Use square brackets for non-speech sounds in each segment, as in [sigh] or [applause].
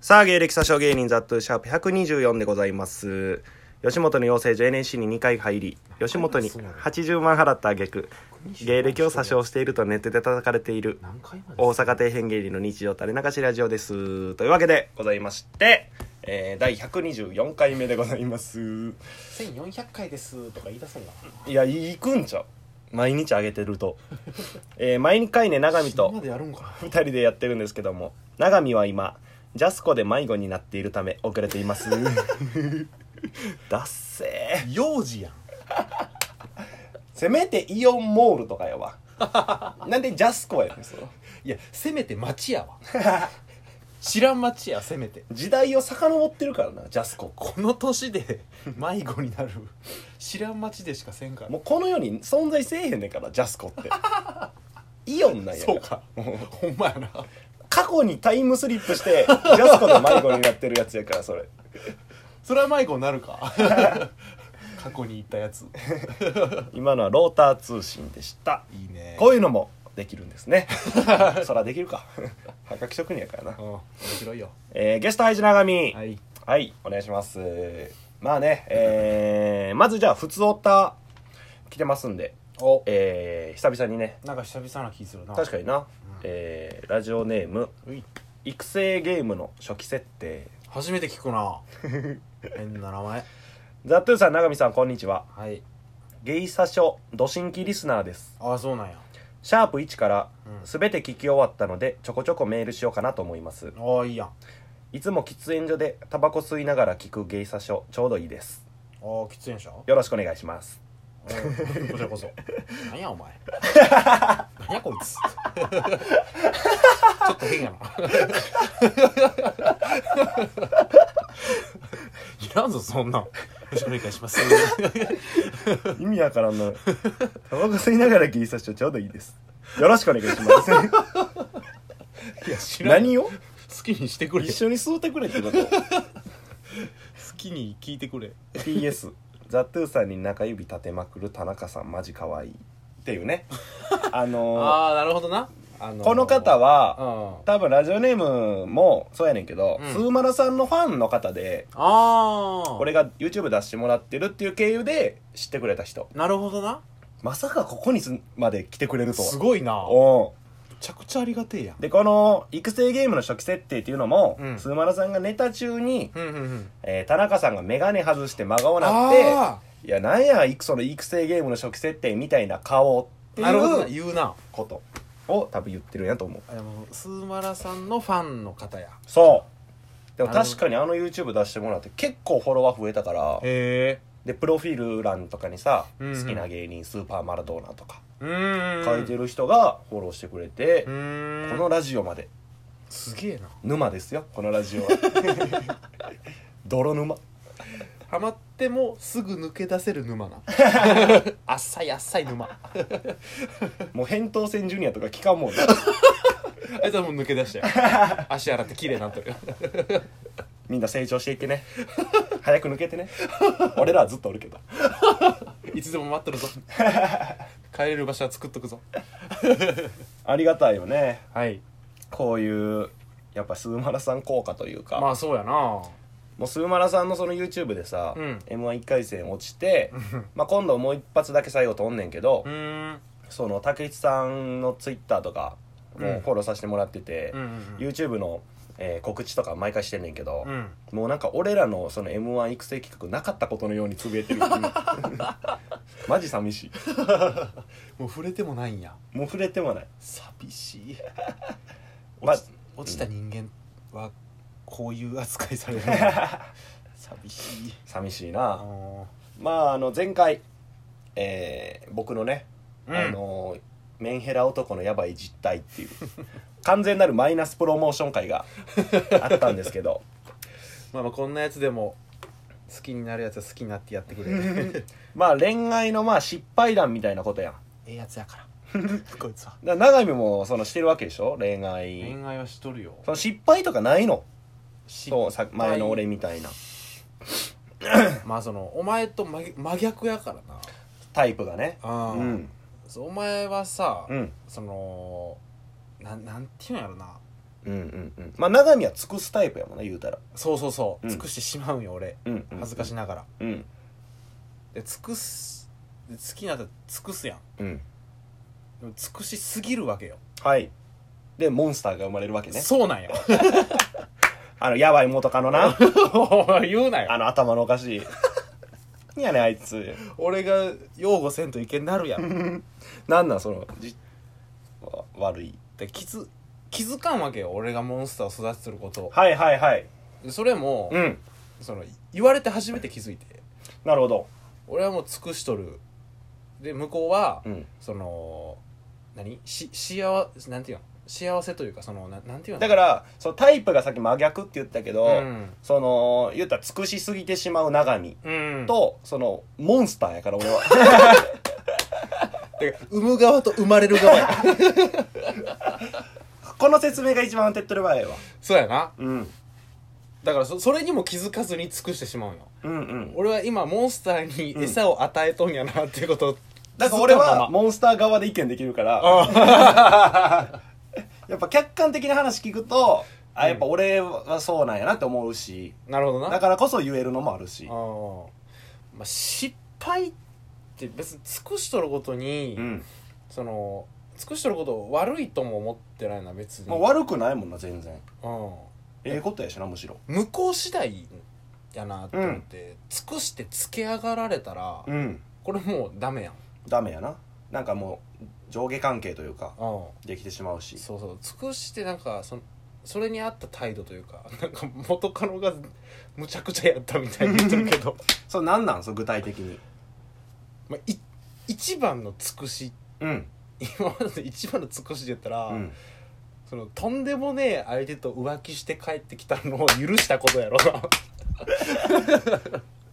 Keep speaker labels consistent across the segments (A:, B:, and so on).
A: さあ、芸歴詐称芸人ザットゥシャープ124でございます。吉本の養成所 NSC に2回入り、吉本に80万払った挙句、芸歴を詐称しているとネットで叩かれている、
B: 何回まで
A: 大阪底辺芸人の日常垂れ流しラジオです。というわけでございまして、えー、第124回目でございます。
B: 1400回ですとか言い出すんだ
A: いや、行くんちゃう毎日あげてると。えー、毎回ね、長見と
B: 死ぬま。でやるんかな
A: 2人でやってるんですけども永見は今ジャスコで迷子になっているため遅れています
B: [laughs]
A: だっせー
B: 幼児やん
A: せめてイオンモールとかやわなんでジャスコやねんその
B: いやせめて町やわ [laughs] 知らん町やせめて
A: 時代を遡ってるからなジャスコ
B: この年で迷子になる知らん町でしかせんから
A: もうこの世に存在せえへんねんからジャスコってイオンなんや
B: そうかほんまやな
A: 過去にタイムスリップしてジャスコで迷子になってるやつやからそれ
B: それは迷子になるか [laughs] 過去に行ったやつ
A: 今のはローター通信でした
B: いいね
A: こういうのもできるんです [laughs] ねそらできる [laughs] か破格職人やからな
B: うん面白いよ
A: えーゲスト配信長見は、
B: はいい
A: お願いしますまあねえーまずじゃあ普通オタ来てますんで
B: お
A: えー久々にね
B: なんか久々な気するな
A: 確かにな、
B: ん
A: えーラジオネーム
B: うい
A: 育成ゲームの初期設定
B: 初めて聞く
A: [laughs]
B: な変な名前
A: ザ・トゥーさん長見さんこんにちは
B: はい
A: ゲイサショド新規リスナーです
B: ああそうなんや
A: シャープ1から
B: うん
A: 全て聞き終わったのでちょこちょこメールしようかなと思います
B: ああいいやんあ
A: いつも喫煙所でタバコ吸いながら聞くゲイサショちょうどいいです
B: あ喫煙者
A: よろしくお願いします
B: うんこちらこそ [laughs] 何やお [laughs] 前何やこい [laughs] つちょっと変や [laughs] ないらんぞそんなんよろしくお願いします
A: 意味わからんのタバコ吸いながらギリサショちょうどいいですよろしくお願いします
B: いや知らん
A: [laughs] 何を
B: 好きにしてくれ
A: 一
B: 好
A: 緒に吸うてくれって [laughs] こと
B: きに聞いてくれ
A: PS ザ・トゥーさんに中指立てまくる田中さんマジ可愛いっていうねあの
B: ああなるほどな、あ
A: ー
B: のー
A: この方
B: う
A: は
B: んあ
A: 多分ラジオネームもそうやねんけど、
B: うん
A: スーマラさんのファンの方で
B: あ
A: 俺が YouTube 出してもらってるっていう経由で知ってくれた人
B: なるほどな
A: まさかここにすまで来てくれるとは
B: すごいなめ
A: おう
B: ちゃくちゃありがてえやん
A: でこの育成ゲームの初期設定っていうのも、
B: うん
A: スーマラさんがネタ中に、
B: うんうんうん
A: えー田中さんが眼鏡外して真顔なって
B: あ
A: いやなんやいくその育成ゲームの初期設定みたいな顔って
B: あなるほどない言
A: う
B: うな
A: ことを多分言ってるんやと思う
B: あでもスーマラさんのファンの方や
A: そうでも
B: なるほど
A: 確かにあの YouTube 出してもらって結構フォロワー増えたから
B: へ
A: でプロフィール欄とかにさ、
B: うんうん
A: 好きな芸人スーパーマラドーナとか
B: えうん
A: 書いてる人がフォローしてくれて、
B: う
A: こ
B: ん
A: のラジオまです
B: げえな
A: 沼ですよこのラジオは [laughs] 泥沼
B: ハマってもすぐ抜け出せる沼 [laughs] な浅い浅い沼あ
A: もう扁桃腺ジュニアとか聞かんもんな
B: いつはもう抜け出 [laughs] したよ足洗って綺麗になってる
A: みんな成長していってね早く抜けてね俺らはずっとおるけど
B: いつでも待っとるぞ帰れる場所は作っとくぞ
A: ありがたいよね
B: はい
A: こういうやっぱスーマラさん効果というか、
B: まあそうやな
A: もうスーマラさんのその YouTube でさ、
B: うん
A: m 1 1回戦落ちて、まあ、今度もう一発だけ最後飛んねんけど、
B: うーん
A: その竹内さんの Twitter とかもフォローさせてもらってて、
B: うんうんうん
A: YouTube の、えー告知とか毎回してんねんけど、
B: うん
A: もうなんか俺らのその m 1育成企画なかったことのようにつぶえてる
B: [laughs]
A: マジ寂しい
B: もう触れてもないんや
A: もう触れてもない
B: 寂しい
A: ま
B: 落ち,、落ちた人間はこういう扱いされるんだ [laughs] 寂しい
A: [laughs] 寂しい
B: あ
A: な
B: の
A: まああの前回、えー僕のね、
B: うん
A: あのメンヘラ男のやばい実態っていう完全なるマイナスプロモーション会があったんですけ
B: [laughs]
A: ど
B: まあまあこんなやつでも好きになるやつは好きになってやって
A: [laughs]
B: くれる
A: まあ恋愛のまあ失敗談みたいなことやん
B: ええやつやから [laughs] こいつは
A: だから永見もそのしてるわけでしょ恋愛、
B: 恋愛はしとるよ
A: その失敗とかないの
B: 失敗
A: そうさ前の俺みたいな
B: まあそのお前と真真逆やからな
A: タイプがね
B: あー
A: うん
B: そうお前はさ、
A: うん
B: そのなんなんていうんやろな
A: うんうんうんまあ長見は尽くすタイプやもんな言うたら
B: そうそうそう、
A: うん
B: 尽くしてしまうんよ俺
A: うんうん
B: 恥ずかしながら、
A: うん
B: で尽くすで好きになったら尽くすやん
A: うん
B: でも尽くしすぎるわけよ、
A: はいでモンスターが生まれるわけね
B: そ
A: [laughs]
B: うなんよ
A: あのやばい元カノ [laughs] な
B: お前言うなよ
A: あの頭のおかし [laughs] い何やねんあいつ
B: 俺が擁護せんといけんなるやん
A: なんなんそのじわ悪い
B: で気づ気づかんわけよ俺がモンスターを育てることを
A: はいはいはい
B: でそれも、
A: うん
B: その言われて初めて気づいて
A: なるほど
B: 俺はもう尽くしとるで向こうは、
A: うん
B: その何し幸せなんていうの幸せというかそのななんていうの
A: だからそのタイプがさっき真逆って言ったけど、
B: うん、
A: その言ったら尽くしすぎてしまう長見
B: うん、
A: と、そのモンスターやから俺は [laughs]
B: だから産む側と生まれ
A: [laughs]
B: る側や
A: この説明が一番手っ取り早いわ、
B: そうやな
A: うん、
B: だからそそれにも気づかずに尽くしてしまうよ
A: うんうん
B: 俺は今モンスターに餌を与えとんやなっていうことを
A: だから俺
B: 気づかんま
A: は
B: ま
A: モンスター側で意見できるから [laughs] やっぱ客観的な話聞くとあやっぱ俺はそうなんやなって思うし
B: なるほどな
A: だからこそ言えるのもあるし
B: あーまあ、失敗って別に尽くしとることに、
A: うん
B: その尽くしとることを悪いとも思ってないな別に、
A: まあ悪くないもんな全然
B: う
A: ええことやしなむしろ
B: ん、向こう次第やなと思って、尽くしてつけ上がられたら、
A: うん
B: これもうダメやん、
A: ダメやななんかもう上下関係というか
B: うん、
A: できてしまうし
B: そうそう尽くしてなんかそそれに合った態度というか [laughs] なんか元カノがむちゃくちゃやったみたいに言ってるけ
A: [laughs]
B: ど
A: そうなんなんそう具体的に
B: まあい一番の尽くし [laughs]
A: うん
B: 今までの一番の尽くしで言ったら、
A: うん
B: そのとんでもねえ相手と浮気して帰ってきたのを許したこと [laughs] やろな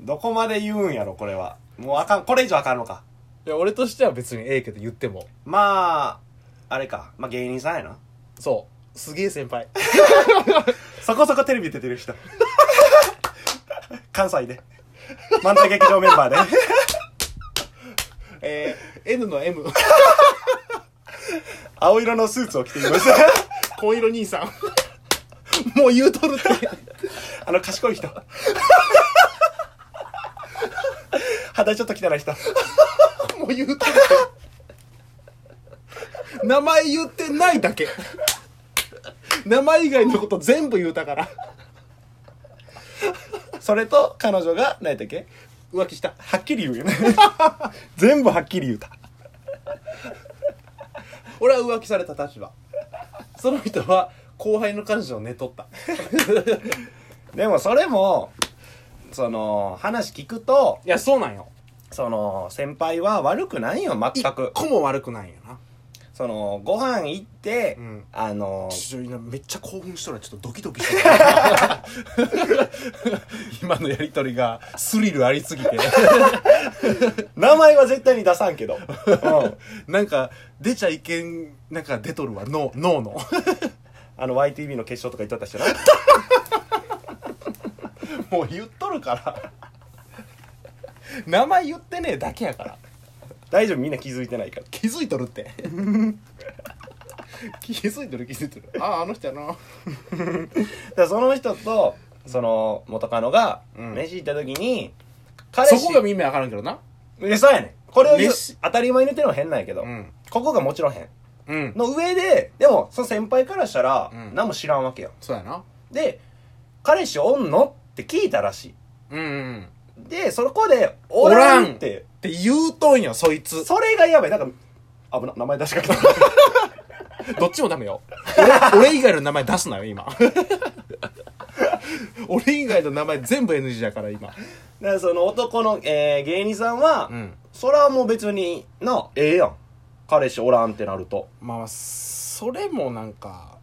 A: どこまで言うんやろこれはもうあかんこれ以上あかんのか
B: いや俺としては別にええけど言っても
A: まああれかまあ芸人さんやな
B: そうすげえ先輩
A: そこそこテレビ出てる人関西で漫才劇場メンバーで
B: えー、N の M
A: 青色のスーツを着ています
B: 紺色兄さんもう言うとるって
A: あの賢い人肌ちょっと汚い人
B: もう言うとるって名前言ってないだけ名前以外のこと全部言うたから
A: それと彼女が何やったっけ
B: 浮気した
A: はっきり言うよね全部はっきり言うた
B: 俺は浮気された立場その人は後輩の彼女を寝と [laughs] った
A: でもそれもその話聞くと
B: いやそうなんよ
A: その先輩は悪くないよ
B: 一
A: 全く
B: 個も悪くないよな
A: そのご飯行って、
B: うん
A: あの
B: ちょっとめっちゃ興奮しとるちょっとドキドキしてた [laughs] 今のやりとりがスリルありすぎて [laughs]
A: 名前は絶対に出さんけど、うん
B: なんか出ちゃいけんなんか出とるわ脳脳の
A: [laughs]
B: [laughs]
A: あの YTV の決勝とか行っとったしな [laughs]
B: もう言っとるから名前言ってねえだけやから
A: 大丈夫みんな気づいてないから
B: 気づいとるって [laughs] 気づいとる気づいとるあああの人やな
A: だからその人とその元カノが
B: うん
A: 飯行った時に、彼
B: そ
A: 氏
B: こが耳わからんけどな
A: えそうやねんこれを言う
B: 飯
A: 当たり前に言ってるのは変なんやけど、
B: うん
A: ここがもちろん変
B: うん
A: の上ででもその先輩からしたら、
B: うん
A: 何も知らんわけよ
B: そうやな
A: で彼氏おんのって聞いたらしい
B: うん、うん、
A: でそこで「お
B: お
A: ら
B: ら
A: ん」
B: ん
A: って
B: って言うとんやそいつ
A: それがやばいなんか危な名前出しかけた [laughs]
B: どっちもダメよ俺俺以外の名前出すなよ今 [laughs] 俺以外の名前全部 NG だから今
A: だからその男の、えー芸人さんは、
B: うん
A: それはもう別になええやん彼氏おらんってなると
B: まあそれもなんか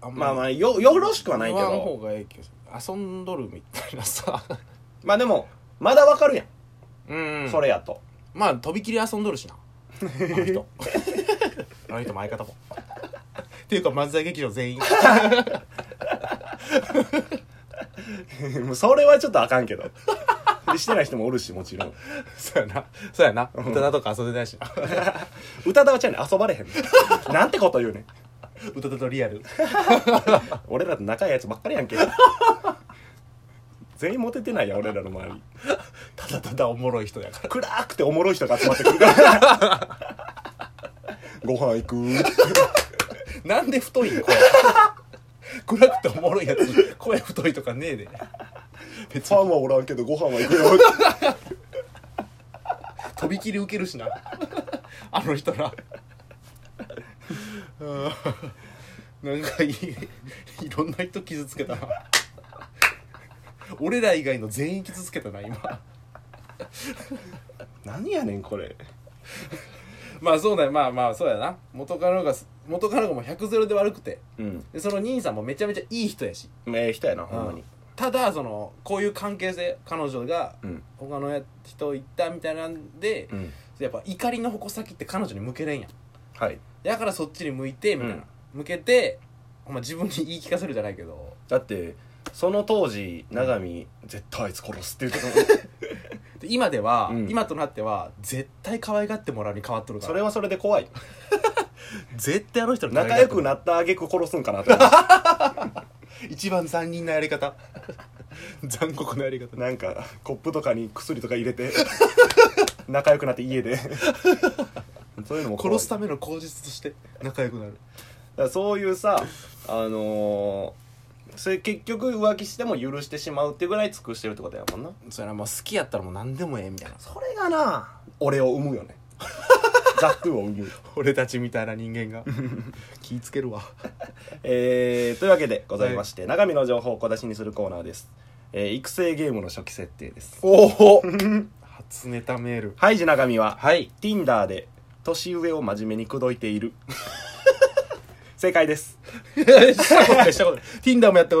B: あん
A: まあま
B: あ
A: あよよろしくはないけ
B: 言わん
A: ど
B: 方がええけど遊んどるみたいなさ
A: まあでもまだわかるやん、
B: うん
A: それやと [laughs]
B: まあとびきり遊んどるしなあの [laughs] 人あの人も相方もっていうか漫才劇場全員
A: もうそれはちょっとあかんけどでしてない人もおるしもちろん
B: [laughs] そうやなそうやな [laughs] 宇多田とか遊んでないしな
A: 歌田はちゃうねん遊ばれへんねんなんてこと言うねん
B: 歌だとリアル
A: 俺らと仲いいやつばっかりやんけ全員モテてないやん俺らの周り
B: ただただおもろい人やから
A: 暗くておもろい人が集まってくるから
B: [laughs]
A: ご飯行く
B: なんで太いん声暗くておもろいやつ声太いとかねえで別
A: ファ
B: に
A: ンはおらんけどご飯は行くよ
B: [laughs] 飛び切り受けるしなあの人らうんなんかいいいろんな人傷つけたな俺ら以外の全員傷つけたな今
A: 何やねんこれ
B: まあそうだよまあまあそうやな元カノが元カノがもう100ゼロで悪くて
A: うん
B: でその兄さんもめちゃめちゃいい人やし
A: ええ人やなほんま
B: う
A: に
B: んただそのこういう関係性彼女が
A: うん
B: 他のや人行ったみたいなんで、
A: うん
B: やっぱ怒りの矛先って彼女に向けれんやん
A: はい
B: だからそっちに向いてみたいな、
A: うん
B: 向けてほんま自分に言い聞かせるじゃないけど
A: だってその当時永見絶対あいつ殺すって言ってた
B: で今では、
A: うん
B: 今となっては絶対可愛がってもらうに変わっとるから
A: それはそれで怖い
B: 絶対あの人に
A: 仲良くなった挙句殺すんかなって思 [laughs] う
B: 一番残忍なやり方 [laughs] 残酷なやり方
A: なんかコップとかに薬とか入れ [laughs] て仲良くなって家でそういうのも怖い
B: 殺すための口実として仲良くなる
A: だからそういうさあのーそれ結局浮気しても許してしまうってぐらい尽くしてるってことやもんな
B: それはもう好きやったらもう何でもええみたいな
A: それがな俺を生むよ [laughs] ねザックを生む
B: [laughs] 俺たちみたいな人間 [laughs] が気ぃつけるわ
A: えー、というわけでございまして、長見の情報を小出しにするコーナーです、えー育成ゲームの初期設定です
B: おお初ネタメー [laughs] ル
A: ハイジ長見は、
B: はい
A: Tinder で年上を真面目に口説いている [laughs] 正解です
B: したことないしたことない Tinder もやったことない